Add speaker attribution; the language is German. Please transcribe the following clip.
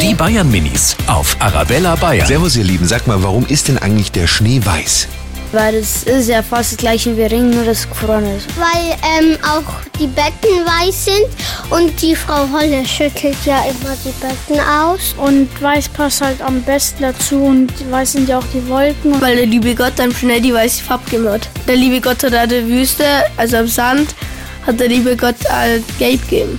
Speaker 1: Die Bayern Minis auf Arabella Bayern.
Speaker 2: Servus, ihr Lieben. Sag mal, warum ist denn eigentlich der Schnee weiß?
Speaker 3: Weil es ist ja fast das gleiche wie Regen, nur dass es gefroren ist.
Speaker 4: weil ähm, auch die Becken weiß sind und die Frau Holle schüttelt ja immer die Becken aus.
Speaker 5: Und weiß passt halt am besten dazu und weiß sind ja auch die Wolken.
Speaker 3: Weil der liebe Gott dann schnell die weiße Farbe gemacht. Der liebe Gott hat an der Wüste, also am Sand, hat der liebe Gott äh, gelb gegeben.